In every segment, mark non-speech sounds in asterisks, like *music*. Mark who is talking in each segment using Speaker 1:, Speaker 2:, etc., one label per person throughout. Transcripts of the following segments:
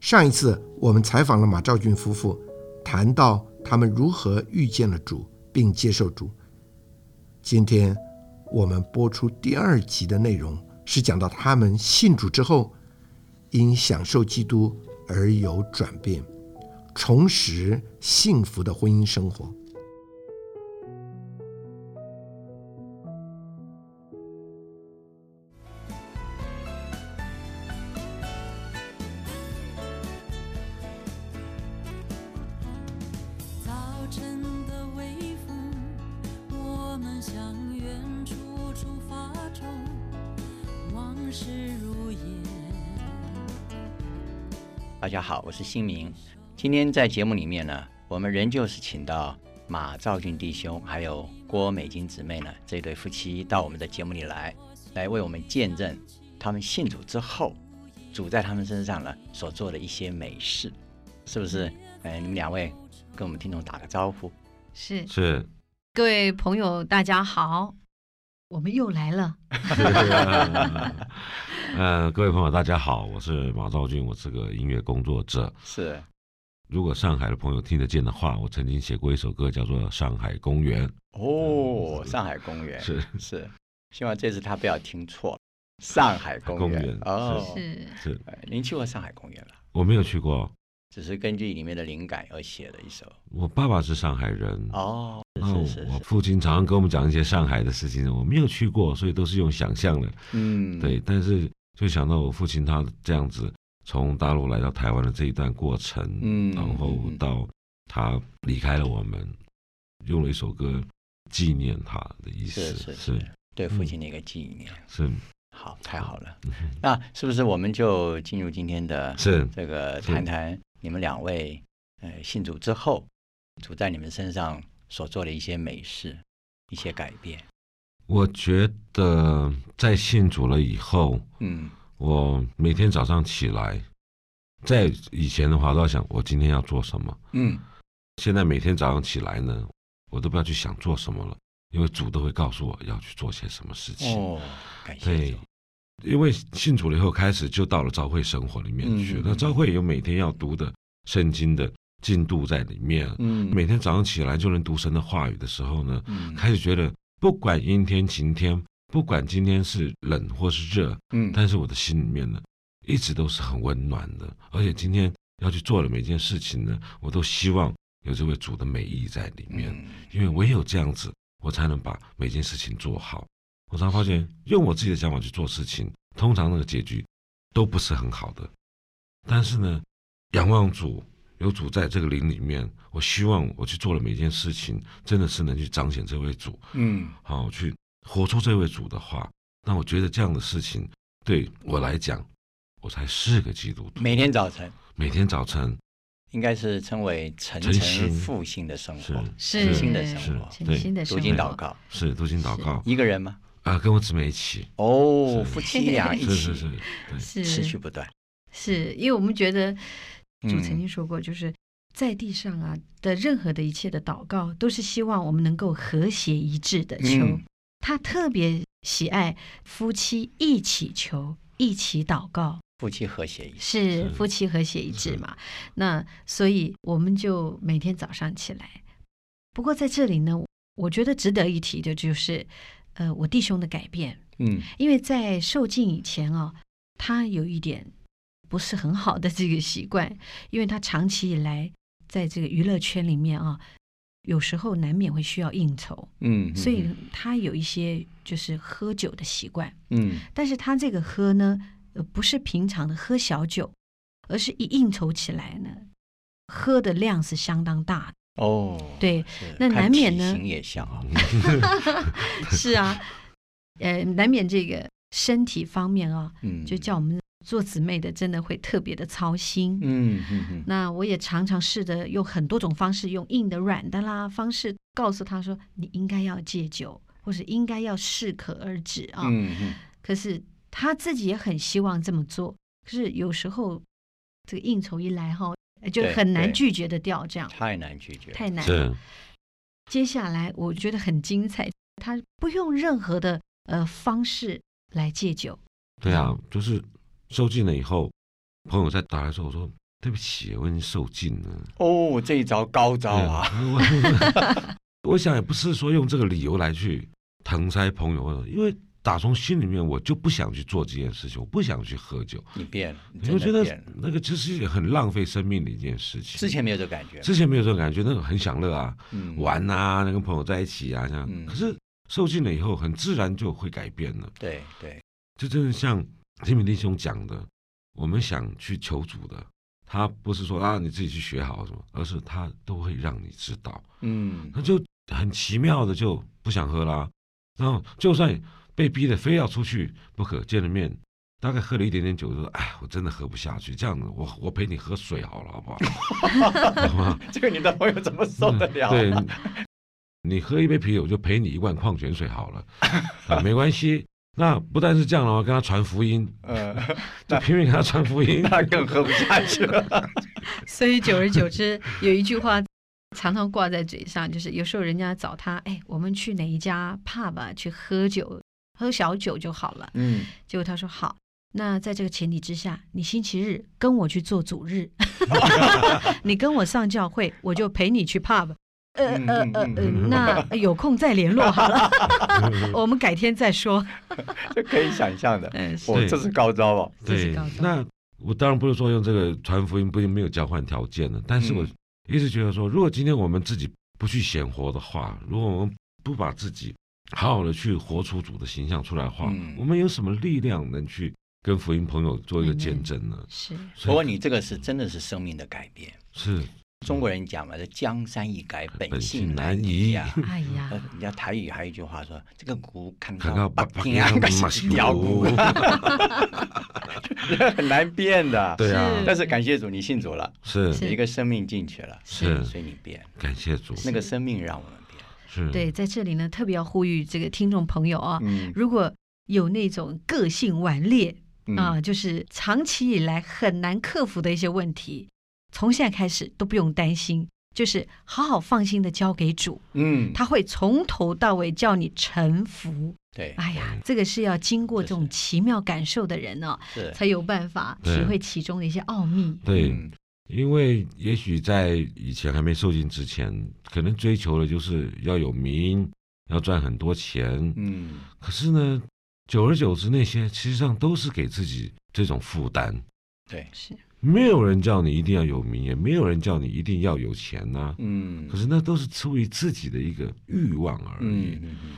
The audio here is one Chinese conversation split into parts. Speaker 1: 上一次我们采访了马兆俊夫妇，谈到他们如何遇见了主并接受主。今天我们播出第二集的内容，是讲到他们信主之后，因享受基督而有转变，重拾幸福的婚姻生活。
Speaker 2: 早晨的微风，我们向远处出发中，往事如烟。
Speaker 3: 大家好，我是新明。今天在节目里面呢，我们仍旧是请到马兆俊弟兄还有郭美金姊妹呢这对夫妻到我们的节目里来，来为我们见证他们信主之后，主在他们身上呢所做的一些美事，是不是？哎，你们两位跟我们听众打个招呼。
Speaker 4: 是，
Speaker 5: 是，
Speaker 3: *laughs*
Speaker 4: 各位朋友，大家好，我们又来了。
Speaker 5: 呃，呃各位朋友，大家好，我是马兆俊，我是个音乐工作者。
Speaker 3: 是，
Speaker 5: 如果上海的朋友听得见的话，我曾经写过一首歌，叫做《上海公园》。
Speaker 3: 哦，
Speaker 5: 嗯
Speaker 3: 上海公园
Speaker 5: 是
Speaker 3: 是，希望这次他不要听错了。上海公
Speaker 5: 公
Speaker 3: 园
Speaker 5: 园
Speaker 3: 哦，
Speaker 4: 是，
Speaker 5: 是
Speaker 3: 哎您去过上海公园了？
Speaker 5: 我没有去过，
Speaker 3: 只是根据里面的灵感而写的一首。
Speaker 5: 我爸爸是上海人。
Speaker 3: 哦，
Speaker 5: 然后
Speaker 3: 是是
Speaker 5: 我
Speaker 3: 是，
Speaker 5: 父亲常常跟我们讲一些上海的事情，我没有去过，所以都是用想象的。
Speaker 3: 嗯，
Speaker 5: 对，，但是就想到我父亲他这样子从大陆来到台湾的这一段过程，
Speaker 3: 嗯，
Speaker 5: 然后
Speaker 3: 嗯嗯
Speaker 5: 到他离开了我们，用了一首歌纪念他的意思，嗯
Speaker 3: 是是是，对父亲的一个纪念，
Speaker 5: 是
Speaker 3: 好，太好了。那是不是我们就进入今天的
Speaker 5: 嗯是
Speaker 3: 这个
Speaker 5: 是
Speaker 3: 谈谈你们两位呃信主之后，主在你们身上所做的一些美事，一些改变？
Speaker 5: 我觉得在信主了以后，
Speaker 3: 嗯，
Speaker 5: 我每天早上起来，在以前的话都要想我今天要做什么，
Speaker 3: 嗯，
Speaker 5: 现在每天早上起来呢，我都不要去想做什么了，因为主都会告诉我要去做些什么事情。
Speaker 3: 哦，感谢
Speaker 5: 对
Speaker 3: 主，，
Speaker 5: 因为信主了以后，开始就到了朝会生活里面去。
Speaker 3: 嗯
Speaker 5: 那朝会有每天要读的圣经的进度在里面，
Speaker 3: 嗯，
Speaker 5: 每天早上起来就能读神的话语的时候呢，
Speaker 3: 嗯
Speaker 5: 开始觉得不管阴天晴天，不管今天是冷或是热，
Speaker 3: 嗯，
Speaker 5: 但是我的心里面呢，一直都是很温暖的。而且今天要去做的每件事情呢，我都希望有这位主的美意在里面。
Speaker 3: 嗯
Speaker 5: 因为唯有这样子，我才能把每件事情做好。我常发现，用我自己的想法去做事情，通常那个结局都不是很好的。但是呢，仰望主，有主在这个灵里面，我希望我去做的每件事情，真的是能去彰显这位主，
Speaker 3: 嗯
Speaker 5: 好、去活出这位主的话。那我觉得这样的事情对我来讲，我才是个基督徒。
Speaker 3: 每天早晨
Speaker 5: 每天早晨
Speaker 3: 应该是称为晨
Speaker 5: 晨
Speaker 3: 晨
Speaker 5: 兴
Speaker 3: 复兴的生活，
Speaker 4: 是
Speaker 3: 新的
Speaker 4: 是
Speaker 3: 生活，
Speaker 4: 全
Speaker 5: 对
Speaker 4: 新的
Speaker 3: 读
Speaker 4: 生
Speaker 3: 经
Speaker 4: 活
Speaker 3: 祷告，
Speaker 5: 是读经祷告啊、
Speaker 3: 一个人吗？
Speaker 5: 跟我姊妹一起，
Speaker 3: 哦，
Speaker 5: 是
Speaker 3: 夫妻俩一
Speaker 5: 是是 *laughs* 是
Speaker 3: 起，，
Speaker 5: 对。
Speaker 3: 持续
Speaker 4: 是
Speaker 3: 不断。
Speaker 4: 是，因为我们觉得主曾
Speaker 3: 嗯
Speaker 4: 经说过，就是在地上啊的任何的一切的祷告，都是希望我们能够和谐一致的求。
Speaker 3: 嗯
Speaker 4: 他特别喜爱夫妻一起求，一起祷告。
Speaker 3: 夫妻和谐一生。
Speaker 4: 是
Speaker 5: 是
Speaker 4: 夫妻和谐一致
Speaker 5: 是
Speaker 4: 嘛？那所以我们就每天早上起来。不过在这里呢，我觉得值得一提的就是，呃，我弟兄的改变，
Speaker 3: 嗯
Speaker 4: 因为在受浸以前哦，他有一点不是很好的这个习惯，因为他长期以来在这个娱乐圈里面啊，有时候难免会需要应酬，
Speaker 3: 嗯，
Speaker 4: 所以他有一些就是喝酒的习惯。
Speaker 3: 嗯
Speaker 4: 但是他这个喝呢，呃，不是平常的喝小酒，而是一应酬起来呢，喝的量是相当大的。
Speaker 3: 哦，
Speaker 4: 对
Speaker 3: 是，
Speaker 4: 那
Speaker 3: 看
Speaker 4: 难免
Speaker 3: 体
Speaker 4: 呢
Speaker 3: 型也像啊，
Speaker 4: 是啊，呃，难免这个身体方面啊，
Speaker 3: 嗯，
Speaker 4: 就叫我们做姊妹的真的会特别的操心。
Speaker 3: 嗯嗯嗯，
Speaker 4: 那我也常常试着用很多种方式，用硬的、软的啦方式告诉他说，你应该要戒酒，或者应该要适可而止啊。
Speaker 3: 嗯嗯
Speaker 4: 可是他自己也很希望这么做，可是有时候这个应酬一来哈，呃就
Speaker 3: 对
Speaker 4: 很难
Speaker 3: 对
Speaker 4: 拒绝的掉，这样
Speaker 3: 太难拒绝了，
Speaker 4: 太难了。
Speaker 5: *laughs* 是
Speaker 4: 接下来我觉得很精彩，他不用任何的呃方式来戒酒，
Speaker 5: 对啊，就是受尽了以后，朋友在打来说，我说对不起，我已经受尽了。
Speaker 3: 哦，这一招高招啊，
Speaker 5: 对！啊 *laughs* 我我想也不是说用这个理由来去搪塞朋友，或者因为打从心里面我就不想去做这件事情，我不想去喝酒，
Speaker 3: 你变了，你
Speaker 5: 因为我觉
Speaker 3: 真的变
Speaker 5: 得
Speaker 3: 了，
Speaker 5: 那个其实也很浪费生命的一件事情。
Speaker 3: 之前没有这个感觉，
Speaker 5: 之前没有这种感觉，那种很享乐啊，
Speaker 3: 嗯
Speaker 5: 玩啊，跟朋友在一起啊，这样。
Speaker 3: 嗯
Speaker 5: 可是受尽了以后，很自然就会改变了。
Speaker 3: 对对，
Speaker 5: 就真的像金米弟兄讲的，我们想去求主的，他不是说啊你自己去学好什么，而是他都会让你知道。 *laughs*
Speaker 3: 嗯
Speaker 5: 他就很奇妙的就不想喝啦。然后就算被逼的非要出去不可见了面，大概喝了一点点酒，就说：“哎，我真的喝不下去，这样子我我陪你喝水好了，好不好？”
Speaker 3: *laughs*
Speaker 5: 好 *laughs* 吗？
Speaker 3: 这个你的朋友怎么受得了？
Speaker 5: 对，你喝一杯啤酒，我就陪你一罐矿泉水好了，啊，没关系。那不但是这样的话，跟他传福音，
Speaker 3: 呃，
Speaker 5: 就拼命给他传福音。 *laughs*
Speaker 3: 那更喝不下去了。
Speaker 4: 所以久而久之有一句话常常挂在嘴上，就是有时候人家找他，哎，我们去哪一家 pub 啊去喝酒，喝小酒就好了。
Speaker 3: 嗯，
Speaker 4: 结果他说好，那在这个前提之下，你星期日跟我去做
Speaker 3: *laughs*
Speaker 4: 主日，你跟我上教会，我就陪你去 pub。呃
Speaker 3: 嗯
Speaker 4: 呃
Speaker 3: 嗯
Speaker 4: 呃
Speaker 3: 嗯
Speaker 4: 呃，那呃有空再联络
Speaker 3: *laughs*
Speaker 4: 好了，我们改天再说。
Speaker 3: 这可以想象
Speaker 5: *laughs*
Speaker 3: 的。
Speaker 4: 嗯，是
Speaker 3: 哦，这是高招哦。
Speaker 4: 这是
Speaker 5: 对
Speaker 4: 高招，
Speaker 5: 那我当然不是说用这个传福音，不一定没有交换条件的，但是我
Speaker 3: 嗯
Speaker 5: 一直觉得说，如果今天我们自己不去显活的话，如果我们不把自己好好的去活出主的形象出来的话，
Speaker 3: 嗯
Speaker 5: 我们有什么力量能去跟福音朋友做一个见证呢？
Speaker 4: 是
Speaker 5: 所
Speaker 3: 不
Speaker 5: 以
Speaker 3: 过你这个是真的是生命的改变。
Speaker 5: 是
Speaker 3: 中国人讲嘛，这江山易改，本
Speaker 5: 本
Speaker 3: 性
Speaker 5: 性
Speaker 3: 难
Speaker 5: 难
Speaker 3: 移
Speaker 5: 移 *laughs*
Speaker 3: 呀。
Speaker 4: 哎呀
Speaker 3: 呃，人家台语还有一句话说：“这个骨看
Speaker 5: 看到
Speaker 3: 到
Speaker 5: 八
Speaker 3: 北京啊，那
Speaker 5: 马
Speaker 3: 是条 *laughs* 骨，很难变的。”
Speaker 5: 对啊
Speaker 4: 是，
Speaker 3: 但是感谢主，你信主了，
Speaker 5: 是
Speaker 4: 是
Speaker 3: 有一个生命进去了，
Speaker 5: 是
Speaker 3: 所以你变，
Speaker 5: 感谢主，
Speaker 3: 那个生命让我们变。
Speaker 5: 是
Speaker 4: 对，在这里呢，特别要呼吁这个听众朋友啊，
Speaker 3: 嗯
Speaker 4: 如果有那种个性顽劣
Speaker 3: 嗯
Speaker 4: 啊，就是长期以来很难克服的一些问题，从现在开始都不用担心，就是好好放心的交给主，
Speaker 3: 嗯，
Speaker 4: 他会从头到尾叫你臣服。
Speaker 3: 对，
Speaker 5: 啊
Speaker 4: 哎呀，这个是要经过这种奇妙感受的人呢、
Speaker 3: 是，
Speaker 4: 才有办法
Speaker 5: 对
Speaker 4: 体会其中的一些奥秘。
Speaker 5: 对。
Speaker 3: 嗯
Speaker 5: 因为也许在以前还没受尽之前，可能追求的就是要有名，要赚很多钱。
Speaker 3: 嗯，
Speaker 5: 可是呢，久而久之，那些其实上都是给自己这种负担。
Speaker 3: 对，
Speaker 4: 是，
Speaker 5: 没有人叫你一定要有名，也没有人叫你一定要有钱呐、
Speaker 3: 嗯，
Speaker 5: 可是那都是出于自己的一个欲望而已。
Speaker 3: 嗯嗯嗯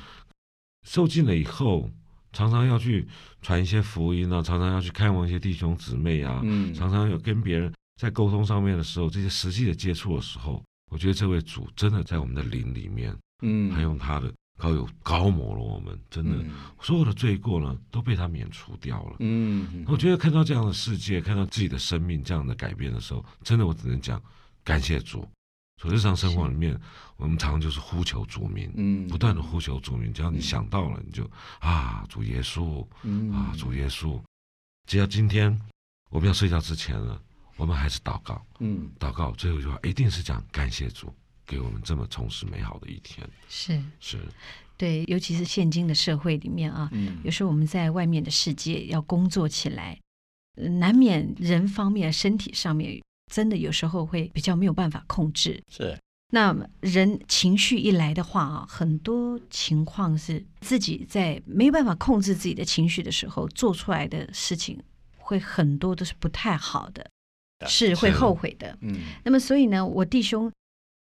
Speaker 5: 受尽了以后，常常要去传一些福音啊，常常要去看望一些弟兄姊妹啊，
Speaker 3: 嗯
Speaker 5: 常常有跟别人在沟通上面的时候，这些实际的接触的时候，我觉得这位主真的在我们的灵里面，
Speaker 3: 嗯，
Speaker 5: 他用他的高有高摩了我们，真的、
Speaker 3: 嗯
Speaker 5: 所有的罪过呢都被他免除掉了。
Speaker 3: 嗯，
Speaker 5: 我觉得看到这样的世界，看到自己的生命这样的改变的时候，真的我只能讲感谢主。所以日常生活里面，我们常常就是呼求主名，
Speaker 3: 嗯
Speaker 5: 不断的呼求主名。只要你
Speaker 3: 嗯
Speaker 5: 想到了，你就啊，主耶稣，
Speaker 3: 嗯
Speaker 5: 啊，主耶稣。只要今天我们要睡觉之前呢，我们还是祷告，
Speaker 3: 嗯
Speaker 5: 祷告最后一句话一定是讲感谢主给我们这么充实美好的一天。
Speaker 4: 是
Speaker 5: 是，
Speaker 4: 对，尤其是现今的社会里面啊，
Speaker 3: 嗯
Speaker 4: 有时候我们在外面的世界要工作起来，呃难免人方面、身体上面真的有时候会比较没有办法控制。
Speaker 3: 是
Speaker 4: 那么人情绪一来的话啊，很多情况是自己在没有办法控制自己的情绪的时候，做出来的事情会很多都是不太好的，是会
Speaker 5: 是
Speaker 4: 后悔的。
Speaker 3: 嗯
Speaker 4: 那么所以呢，我弟兄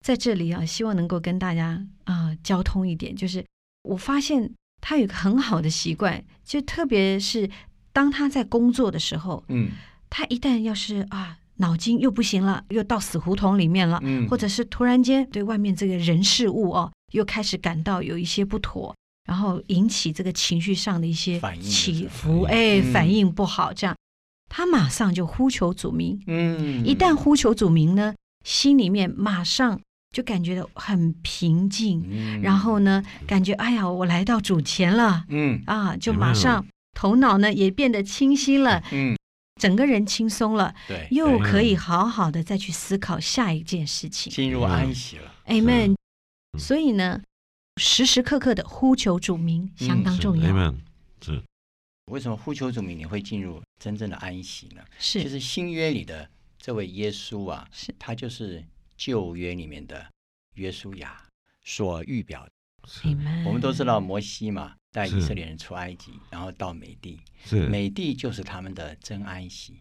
Speaker 4: 在这里啊，希望能够跟大家啊、交通一点，就是我发现他有一个很好的习惯，就特别是当他在工作的时候，
Speaker 3: 嗯
Speaker 4: 他一旦要是啊脑筋又不行了，又到死胡同里面了，
Speaker 3: 嗯
Speaker 4: 或者是突然间对外面这个人事物哦，又开始感到有一些不妥，然后引起这个情绪上的一些
Speaker 3: 反应
Speaker 4: 起
Speaker 5: 反
Speaker 4: 伏，
Speaker 5: 应
Speaker 4: 哎，
Speaker 3: 嗯
Speaker 4: 反应不好，这样他马上就呼求主名，
Speaker 3: 嗯，
Speaker 4: 一旦呼求主名呢，心里面马上就感觉到很平静，
Speaker 3: 嗯，
Speaker 4: 然后呢，感觉哎呀，我来到主前了
Speaker 3: 嗯
Speaker 4: 啊，就
Speaker 5: 明白
Speaker 4: 马
Speaker 5: 了
Speaker 4: 上头脑呢也变得清晰了，
Speaker 3: 嗯，
Speaker 4: 整个人轻松了，
Speaker 3: 对，
Speaker 4: 又
Speaker 5: 对
Speaker 4: 可以好好的再去思考下一件事情。
Speaker 3: 进入安息了，
Speaker 4: Amen
Speaker 5: 嗯。
Speaker 4: 所以呢，时时刻刻的呼求主名
Speaker 3: 嗯
Speaker 4: 相当
Speaker 5: 是
Speaker 4: 重要。
Speaker 5: Amen，是
Speaker 4: 嗯
Speaker 3: 为什么呼求主名你会进入真正的安息呢？
Speaker 4: 是
Speaker 3: 其实新约里的这位耶稣啊，
Speaker 4: 是
Speaker 3: 他就是旧约里面的约书亚所预表的。
Speaker 5: 是
Speaker 4: Amen。
Speaker 3: 嗯我们都知道摩西嘛，带以
Speaker 5: 是
Speaker 3: 色列人出埃及，然后到美地，
Speaker 5: 是，
Speaker 3: 美地就是他们的真安息。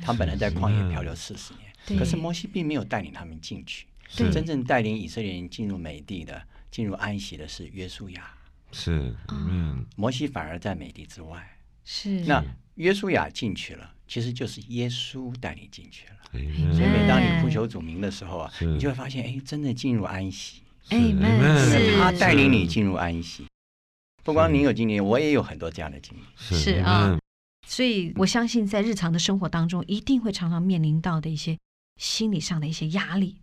Speaker 3: 他们本来在旷野漂流四十
Speaker 4: 对
Speaker 3: 年，可是摩西并没有带领他们进去。
Speaker 5: 是
Speaker 3: 真正带领以色列人进入美地的、进入安息的是约书亚，
Speaker 5: 是
Speaker 4: 啊
Speaker 5: Amen，
Speaker 3: 摩西反而在美地之外。
Speaker 4: 是
Speaker 3: 那约书亚进去了，其实就是耶稣带你进去了。所以
Speaker 5: Amen，
Speaker 3: 每当你呼求主名的时候啊，
Speaker 5: 是
Speaker 3: 你就会发现，哎，真的进入安息，
Speaker 5: 是
Speaker 4: Amen，
Speaker 5: Amen，
Speaker 4: 是
Speaker 3: 他带领你
Speaker 5: 是
Speaker 3: 进入安息。不光您有经历，我也有很多这样的经历。
Speaker 4: 是
Speaker 5: 是
Speaker 4: 啊
Speaker 5: Amen，
Speaker 4: 所以我相信在日常的生活当中，一定会常常面临到的一些心理上的一些压力。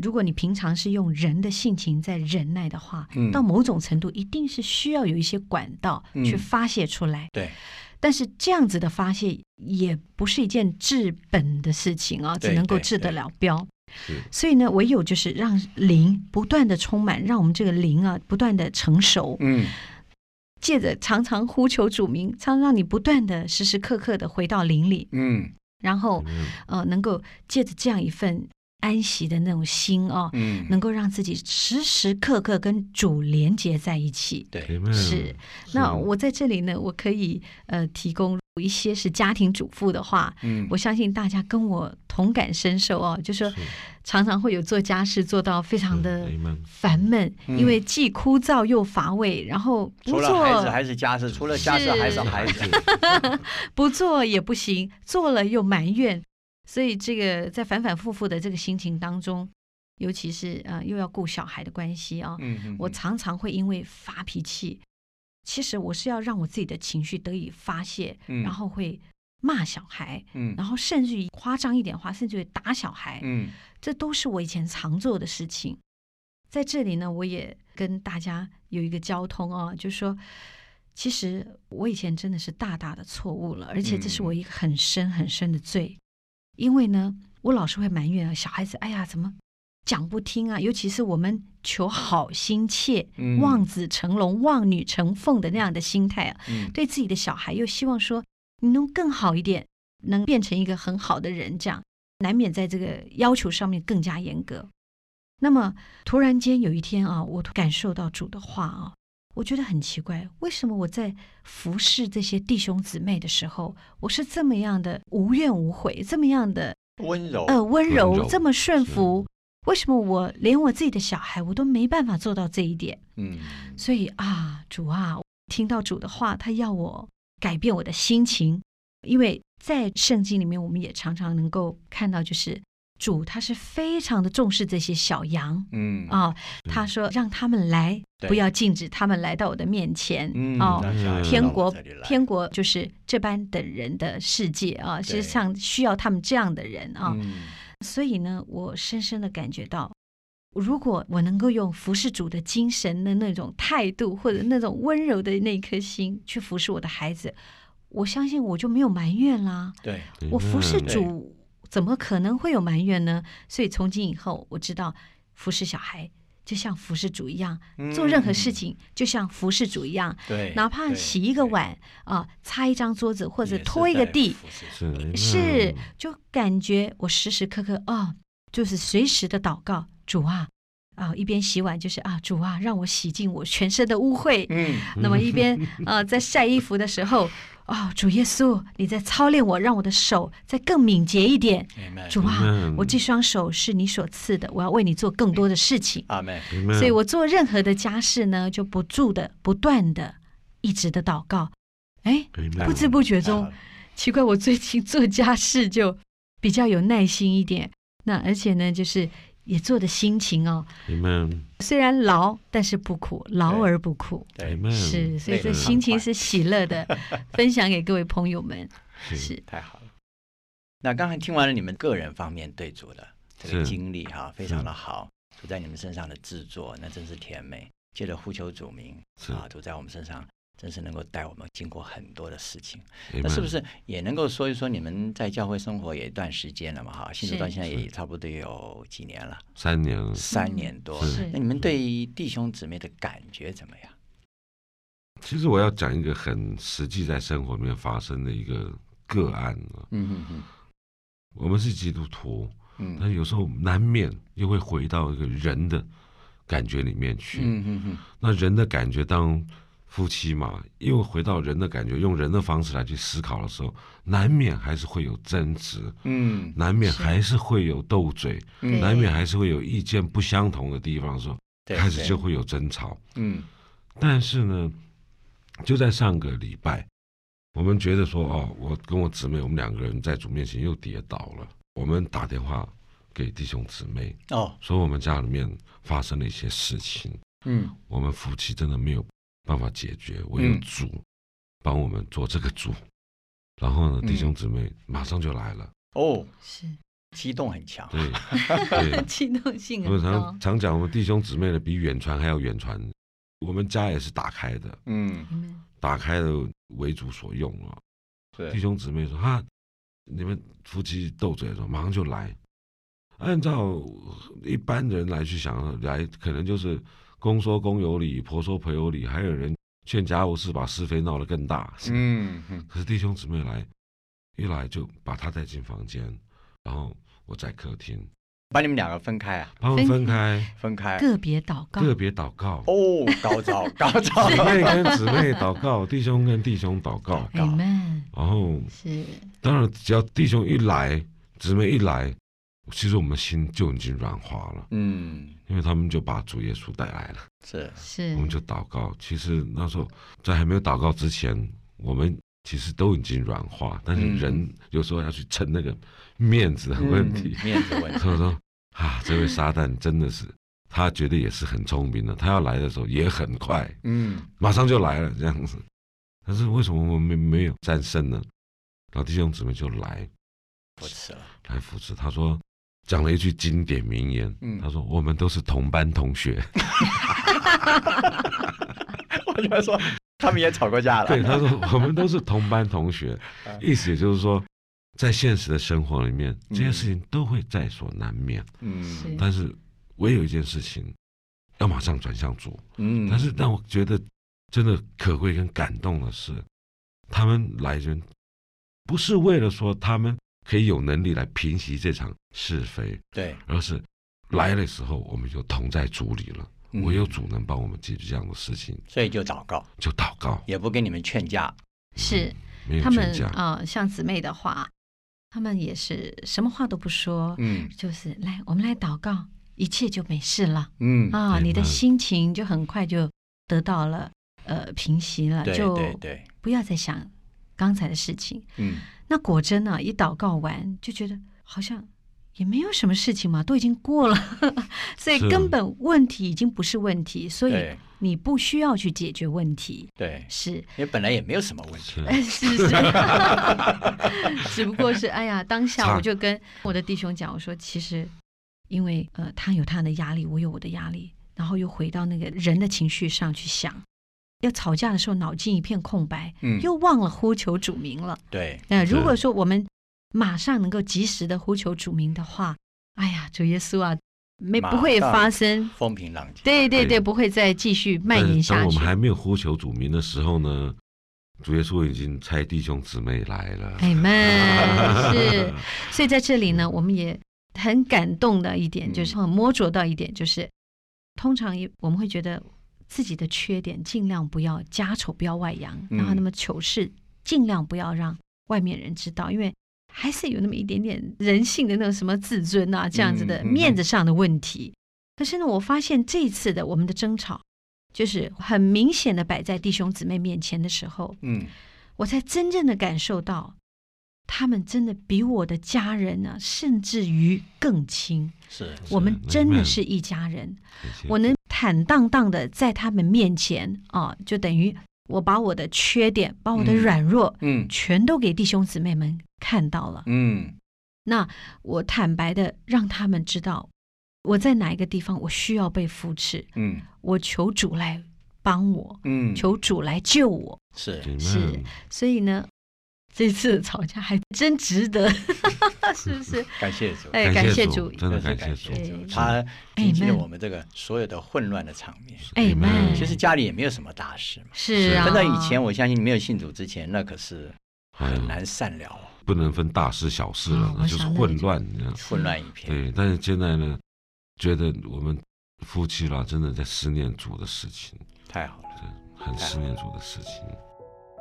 Speaker 4: 如果你平常是用人的性情在忍耐的话，
Speaker 3: 嗯
Speaker 4: 到某种程度一定是需要有一些管道
Speaker 3: 嗯
Speaker 4: 去发泄出来。
Speaker 3: 对，
Speaker 4: 但是这样子的发泄也不是一件治本的事情啊，
Speaker 3: 对
Speaker 4: 只能够
Speaker 3: 对
Speaker 4: 治得
Speaker 3: 对
Speaker 4: 了标
Speaker 5: 是。
Speaker 4: 所以呢，唯有就是让灵不断的充满，让我们这个灵啊不断的成熟，
Speaker 3: 嗯，
Speaker 4: 借着常常呼求主名，常让你不断的时时刻刻的回到灵里，
Speaker 3: 嗯
Speaker 4: 然后
Speaker 5: Amen，
Speaker 4: 呃能够借着这样一份安息的那种心啊，
Speaker 3: 嗯，
Speaker 4: 能够让自己时时刻刻跟主连接在一起。
Speaker 3: 对，
Speaker 5: Amen，
Speaker 4: 是那我在这里呢，我可以呃提供一些是家庭主妇的话，
Speaker 3: 嗯，
Speaker 4: 我相信大家跟我同感身受哦，就说
Speaker 5: 是
Speaker 4: 常常会有做家事做到非常的
Speaker 5: 嗯，Amen
Speaker 4: 烦闷，
Speaker 3: 嗯
Speaker 4: 因为既枯燥又乏味，然后
Speaker 3: 除
Speaker 4: 不
Speaker 3: 了孩子
Speaker 4: 做
Speaker 3: 还是家事，除了家事还是
Speaker 5: 是
Speaker 3: 孩子。
Speaker 4: 不做也不行，做了又埋怨，所以这个在反反复复的这个心情当中，尤其是呃又要顾小孩的关系啊、
Speaker 3: 嗯，嗯
Speaker 4: 我常常会因为发脾气，其实我是要让我自己的情绪得以发泄，
Speaker 3: 嗯
Speaker 4: 然后会骂小孩，
Speaker 3: 嗯
Speaker 4: 然后甚至于夸张一点的话，甚至于打小孩，
Speaker 3: 嗯
Speaker 4: 这都是我以前常做的事情。在这里呢，我也跟大家有一个交通哦，就是说，其实我以前真的是大大的错误了，而且这是我一个很深很深的罪，因为呢，我老是会埋怨啊，小孩子，哎呀，怎么讲不听啊？尤其是我们求好心切、
Speaker 3: 嗯
Speaker 4: 望子成龙、望女成凤的那样的心态啊，
Speaker 3: 嗯，
Speaker 4: 对自己的小孩又希望说你能更好一点，能变成一个很好的人，这样难免在这个要求上面更加严格。那么突然间有一天啊，我突感受到主的话啊，我觉得很奇怪，为什么我在服侍这些弟兄姊妹的时候，我是这么样的无怨无悔，这么样的
Speaker 3: 温柔，
Speaker 4: 呃温柔，
Speaker 5: 温柔
Speaker 4: 这么顺服？为什么我连我自己的小孩我都没办法做到这一点？
Speaker 3: 嗯
Speaker 4: 所以啊，主啊，听到主的话，他要我改变我的心情，因为在圣经里面，我们也常常能够看到，就是主他是非常的重视这些小羊
Speaker 3: 嗯，
Speaker 4: 啊，他说让他们来，
Speaker 3: 对
Speaker 4: 不要禁止他们来到我的面前
Speaker 3: 嗯，
Speaker 4: 哦。
Speaker 3: 那小孩
Speaker 4: 天
Speaker 3: 到我
Speaker 4: 国
Speaker 3: 这里来，
Speaker 4: 天国就是这般等人的世界啊，实际上需要他们这样的人啊。
Speaker 3: 嗯
Speaker 4: 所以呢，我深深的感觉到，如果我能够用服侍主的精神的那种态度，或者那种温柔的那一颗心去服侍我的孩子，我相信我就没有埋怨啦。
Speaker 3: 对，
Speaker 4: 我服侍
Speaker 3: 哎
Speaker 5: Amen
Speaker 4: 主，怎么可能会有埋怨呢？所以从今以后，我知道服侍小孩就像服侍主一样，
Speaker 3: 嗯
Speaker 4: 做任何事情就像服侍主一样，
Speaker 3: 对，
Speaker 4: 哪怕
Speaker 3: 哎对
Speaker 4: 洗一个，碗啊、擦一张桌子，或者拖一个地，
Speaker 5: 是
Speaker 3: 嗯
Speaker 5: Amen
Speaker 4: 是，就感觉我时时刻刻哦，就是随时的祷告，主啊，啊，一边洗碗就是啊，主啊，让我洗净我全身的污秽。
Speaker 3: 嗯，
Speaker 4: 那么一边呃，在晒衣服的时候，哦，主耶稣，你在操练我，让我的手再更敏捷一点。
Speaker 3: 哎
Speaker 4: 主啊
Speaker 5: 嗯，
Speaker 4: 我这双手是你所赐的，我要为你做更多的事情。
Speaker 3: 阿妹，
Speaker 5: 嗯 Amen
Speaker 4: 所以我做任何的家事呢，就不住的、不断的、一直的祷告。哎，
Speaker 5: Amen
Speaker 4: 不知不觉中
Speaker 3: 啊，
Speaker 4: 奇怪，我最近做家事就比较有耐心一点。 *laughs* 那而且呢，就是也做的心情哦，
Speaker 5: 你们
Speaker 4: 虽然劳，但是不苦，劳而不苦。
Speaker 5: 你
Speaker 3: 对，
Speaker 5: 们
Speaker 4: 是，所以
Speaker 3: 累
Speaker 4: 这
Speaker 3: 得
Speaker 4: 心情
Speaker 3: 畅快
Speaker 4: 是喜乐的，分享给各位朋友们。是，
Speaker 3: 太好了。那刚才听完了你们个人方面对主的这个
Speaker 5: 是
Speaker 3: 经历哈、非常
Speaker 5: 是
Speaker 3: 的好，主在你们身上的制作那真是甜美。借着呼求主名
Speaker 5: 是
Speaker 3: 啊，主在我们身上真是能够带我们经过很多的事情。
Speaker 5: 你
Speaker 3: 那
Speaker 5: 们
Speaker 3: 是不是也能够说一说你们在教会生活也一段时间了嘛？哈，信主到
Speaker 4: 是
Speaker 3: 现在也差不多有几年了，
Speaker 5: 三年了？
Speaker 3: 三
Speaker 4: 嗯
Speaker 3: 年多。
Speaker 5: 是
Speaker 3: 那你们对弟兄姊妹的感觉怎么样？
Speaker 5: 其实我要讲一个很实际在生活里面发生的一个个案啊。
Speaker 3: 嗯嗯
Speaker 5: 我们是基督徒，
Speaker 3: 嗯
Speaker 5: 但有时候难免又会回到一个人的感觉里面去。
Speaker 3: 嗯嗯嗯，
Speaker 5: 那人的感觉当夫妻嘛，又回到人的感觉，用人的方式来去思考的时候，难免还是会有争执，
Speaker 3: 嗯
Speaker 5: 难免
Speaker 4: 是
Speaker 5: 还是会有斗嘴，
Speaker 4: 对
Speaker 5: 难免还是会有意见不相同的地方的时候，
Speaker 3: 对
Speaker 5: 开始
Speaker 3: 对
Speaker 5: 就会有争吵。
Speaker 3: 嗯
Speaker 5: 但是呢，就在上个礼拜，我们觉得说，哦，我跟我姊妹，我们两个人在主面前又跌倒了。我们打电话给弟兄姊妹，
Speaker 3: 哦
Speaker 5: 说我们家里面发生了一些事情，
Speaker 3: 嗯
Speaker 5: 我们夫妻真的没有办法解决，唯有
Speaker 3: 嗯
Speaker 5: 主帮我们做这个主。然后呢，
Speaker 3: 嗯
Speaker 5: 弟兄姊妹马上就来了，
Speaker 3: 哦，
Speaker 4: 是， *laughs*
Speaker 3: 激动很强。啊 *laughs*
Speaker 5: 对对，
Speaker 4: 机动性
Speaker 5: 我
Speaker 4: 很
Speaker 5: 常
Speaker 4: 高。
Speaker 5: 常讲，我们弟兄姊妹的比远传还要远传。我们家也是打开的，
Speaker 3: 嗯，
Speaker 4: 你们
Speaker 5: 打开的为主所用啊。弟
Speaker 3: 对，
Speaker 5: 兄姊妹说：“哈，你们夫妻斗嘴的时候，马上就来。按照一般人来去想，来可能就是公说公有理，婆说婆有理，还有人劝家务事，把是非闹得更大。
Speaker 3: 嗯嗯
Speaker 5: 可是弟兄姊妹来，一来就把他带进房间，然后我在客厅，
Speaker 3: 把你们两个分开啊，
Speaker 5: 把我们分开，
Speaker 3: 分开。啊
Speaker 4: 个别祷告，
Speaker 5: 个别祷告。
Speaker 3: 哦，高招高招
Speaker 5: 姊。妹跟姊妹祷告，弟兄跟弟兄祷告，
Speaker 4: 你们
Speaker 5: 然后
Speaker 4: 是
Speaker 5: 当然只要弟兄一来，姊妹一来，其实我们心就已经软化了，
Speaker 3: *laughs* 嗯，
Speaker 5: 因为他们就把主耶稣带来了，
Speaker 3: 是
Speaker 4: 是
Speaker 5: 我们就祷告。其实那时候在还没有祷告之前，我们其实都已经软化，但是
Speaker 3: 嗯
Speaker 5: 人有时候要去撑那个面子的问题，
Speaker 3: 嗯 *laughs* 面子问题。
Speaker 5: 所以我说啊，这位撒旦真的是。他觉得也是很聪明的，他要来的时候也很快，
Speaker 3: 嗯
Speaker 5: 马上就来了这样子。但是为什么我们没有战胜呢？老弟兄姊妹就来
Speaker 3: 不吃了。
Speaker 5: 来扶持，他说讲了一句经典名言，
Speaker 3: 嗯
Speaker 5: 他说我们都是同班
Speaker 3: *laughs*
Speaker 5: 同学，
Speaker 3: 我就说他们也吵过架了。
Speaker 5: 对，他说我们都是同班同
Speaker 3: *laughs*
Speaker 5: 学，
Speaker 3: 嗯
Speaker 5: 意思也就是说，在现实的生活里面，这些事情都会在所难免，
Speaker 3: 嗯
Speaker 4: 是
Speaker 5: 但是唯有一件事情要马上转向主，
Speaker 3: 嗯，
Speaker 5: 但是让我觉得真的可贵跟感动的是，他们来人不是为了说他们可以有能力来平息这场是非，
Speaker 3: 对，
Speaker 5: 而是来的时候我们就同在主里了，
Speaker 3: 嗯
Speaker 5: 唯有主能帮我们解决这样的事情，
Speaker 3: 所以就祷告，
Speaker 5: 就祷告，
Speaker 3: 也不跟你们劝架。
Speaker 4: 是，
Speaker 5: 没有
Speaker 4: 他们
Speaker 5: 劝架，
Speaker 4: 啊、呃像姊妹的话，他们也是什么话都不说，
Speaker 3: 嗯
Speaker 4: 就是来，我们来祷告，一切就没事了
Speaker 3: 嗯，
Speaker 4: 啊、
Speaker 5: 对
Speaker 4: 你的
Speaker 5: 那
Speaker 4: 心情就很快就得到了呃平息了，
Speaker 3: 对
Speaker 4: 就
Speaker 3: 对对，
Speaker 4: 不要再想刚才的事情。
Speaker 3: 嗯
Speaker 4: 那果真呢、一祷告完就觉得好像也没有什么事情嘛，都已经过了， *laughs* 所以
Speaker 5: 是
Speaker 4: 根本问题已经不是问题，所以
Speaker 3: 对
Speaker 4: 你不需要去解决问题，
Speaker 3: 对，
Speaker 4: 是
Speaker 3: 因为本来也没有什么问题。
Speaker 5: 是
Speaker 4: *laughs*
Speaker 5: *laughs*
Speaker 4: 是是，只不过是哎呀，当下
Speaker 5: 差
Speaker 4: 我就跟我的弟兄讲，我说其实因为呃，他有他的压力，我有我的压力，然后又回到那个人的情绪上去想。要吵架的时候，脑筋一片空白，
Speaker 3: 嗯
Speaker 4: 又忘了呼求主名了。
Speaker 3: 对，
Speaker 4: 那如
Speaker 5: 对
Speaker 4: 果说我们马上能够及时的呼求主名的话，哎呀，主耶稣啊，没
Speaker 3: 马
Speaker 4: 不会
Speaker 3: 上
Speaker 4: 发生，
Speaker 3: 风平浪静。
Speaker 4: 对对
Speaker 5: 对
Speaker 4: 对，不会再继续蔓
Speaker 5: 但
Speaker 4: 延
Speaker 5: 是当
Speaker 4: 下
Speaker 5: 我
Speaker 4: 去
Speaker 5: 们。还没有呼求主名的时候呢，主耶稣已经差弟兄姊妹来了，
Speaker 4: 哎们
Speaker 5: *laughs*
Speaker 4: 哎是，所以在这里呢，我们也很感动的一点，
Speaker 3: 嗯
Speaker 4: 就是很摸着到一点，就是通常也我们会觉得自己的缺点尽量不要家丑不要外扬，
Speaker 3: 嗯
Speaker 4: 然后那么糗事尽量不要让外面人知道，因为还是有那么一点点人性的那种什么自尊啊这样子的
Speaker 3: 嗯嗯嗯
Speaker 4: 面子上的问题。可是呢，我发现这次的我们的争吵，就是很明显的摆在弟兄姊妹面前的时候，
Speaker 3: 嗯
Speaker 4: 我才真正的感受到，他们真的比我的家人呢、甚至于更亲。
Speaker 3: 是
Speaker 5: 是
Speaker 4: 我们
Speaker 5: 难
Speaker 4: 真的
Speaker 5: 免
Speaker 4: 是一家人。
Speaker 5: 很辛
Speaker 4: 我
Speaker 5: 苦
Speaker 4: 能坦荡荡的在他们面前啊，就等于我把我的缺点、把我的
Speaker 3: 嗯
Speaker 4: 软弱，
Speaker 3: 嗯
Speaker 4: 全都给弟兄姊妹们看到了。
Speaker 3: 嗯
Speaker 4: 那我坦白的让他们知道，我在哪一个地方我需要被扶持，
Speaker 3: 嗯
Speaker 4: 我求主来帮我，
Speaker 3: 嗯，
Speaker 4: 求主来救我。
Speaker 3: 是
Speaker 5: 姐妹
Speaker 4: 是所以呢，这次的吵架还真值 *laughs* 得，是不是？
Speaker 3: 感谢主，
Speaker 4: 哎
Speaker 5: 感
Speaker 4: 感谢哎
Speaker 5: 主，
Speaker 4: 主
Speaker 5: 真的
Speaker 3: 真是
Speaker 5: 感
Speaker 3: 谢
Speaker 5: 谢主，
Speaker 3: 他平息了
Speaker 4: Amen
Speaker 3: 我们这个所有的混乱的场面。
Speaker 4: 哎
Speaker 5: Amen
Speaker 3: 其实家里也没有什么大事嘛，
Speaker 4: 是啊，
Speaker 3: 真的以前我相信你没有信主之前，那可是很难善了啊，
Speaker 5: 哎不能分大事小事了
Speaker 4: 哦，
Speaker 5: 那
Speaker 4: 我
Speaker 5: 就是
Speaker 4: 想那
Speaker 5: 混
Speaker 4: 就
Speaker 5: 乱，你知道。
Speaker 3: 混乱一片。
Speaker 5: 对，但是现在呢，觉得我们夫妻啦，真的在思念主的事情，
Speaker 3: 太好了，
Speaker 5: 很思念主的事情。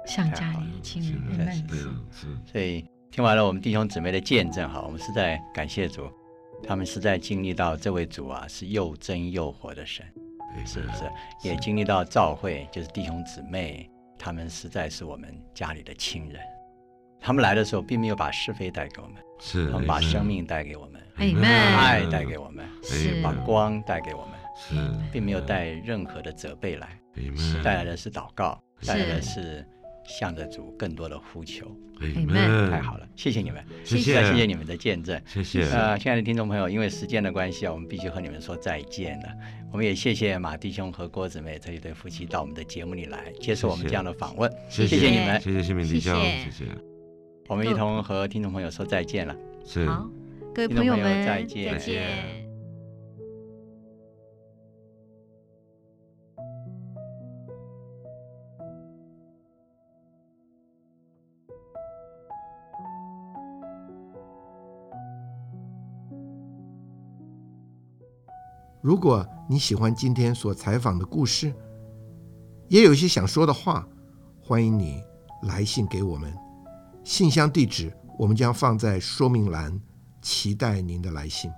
Speaker 4: 像家里的亲人
Speaker 5: 对
Speaker 4: 们，
Speaker 5: 对啊是
Speaker 3: 所以听完了我们弟兄姊妹的见证哈，我们是在感谢主，他们是在经历到这位主啊是又真又活的神，哎是不是？也经历到教会，就是弟兄姊妹，他们实在是我们家里的亲人。他们来的时候，并没有把是非带给我们，
Speaker 5: 是，
Speaker 3: 他们把生命带给我们，
Speaker 4: Amen
Speaker 3: 爱带给我们，
Speaker 4: 是
Speaker 3: 把光带给我们，
Speaker 5: 是，
Speaker 3: 并没有带任何的责备来，
Speaker 5: Amen，
Speaker 3: 带来的嗯是祷告，
Speaker 5: 是
Speaker 3: 带来的是向着主更多的呼求。
Speaker 5: Amen，
Speaker 3: 太好，了，谢谢你们，
Speaker 5: 嗯谢谢
Speaker 3: 再谢谢你们的见证。
Speaker 5: 谢谢，
Speaker 3: 呃，亲爱的听众朋友，因为时间的关系啊，我们必须和你们说再见了。我们也谢谢马弟兄和郭姊妹这一对夫妻到我们的节目里来，接受我们
Speaker 5: 谢谢
Speaker 3: 这样的访问。
Speaker 5: 谢
Speaker 3: 谢谢你们
Speaker 5: 谢谢新民弟兄，谢
Speaker 4: 谢
Speaker 5: 谢，
Speaker 3: 我们一同和听众朋友说再见了。
Speaker 5: 是。
Speaker 4: 好，各位
Speaker 3: 听众
Speaker 4: 朋友
Speaker 3: 朋友
Speaker 4: 们，
Speaker 3: 再见
Speaker 4: 再
Speaker 3: 再见
Speaker 4: 见
Speaker 1: 如果你喜欢今天所采访的故事，也有一些想说的话，欢迎你来信给我们。信箱地址我们将放在说明栏，期待您的来信。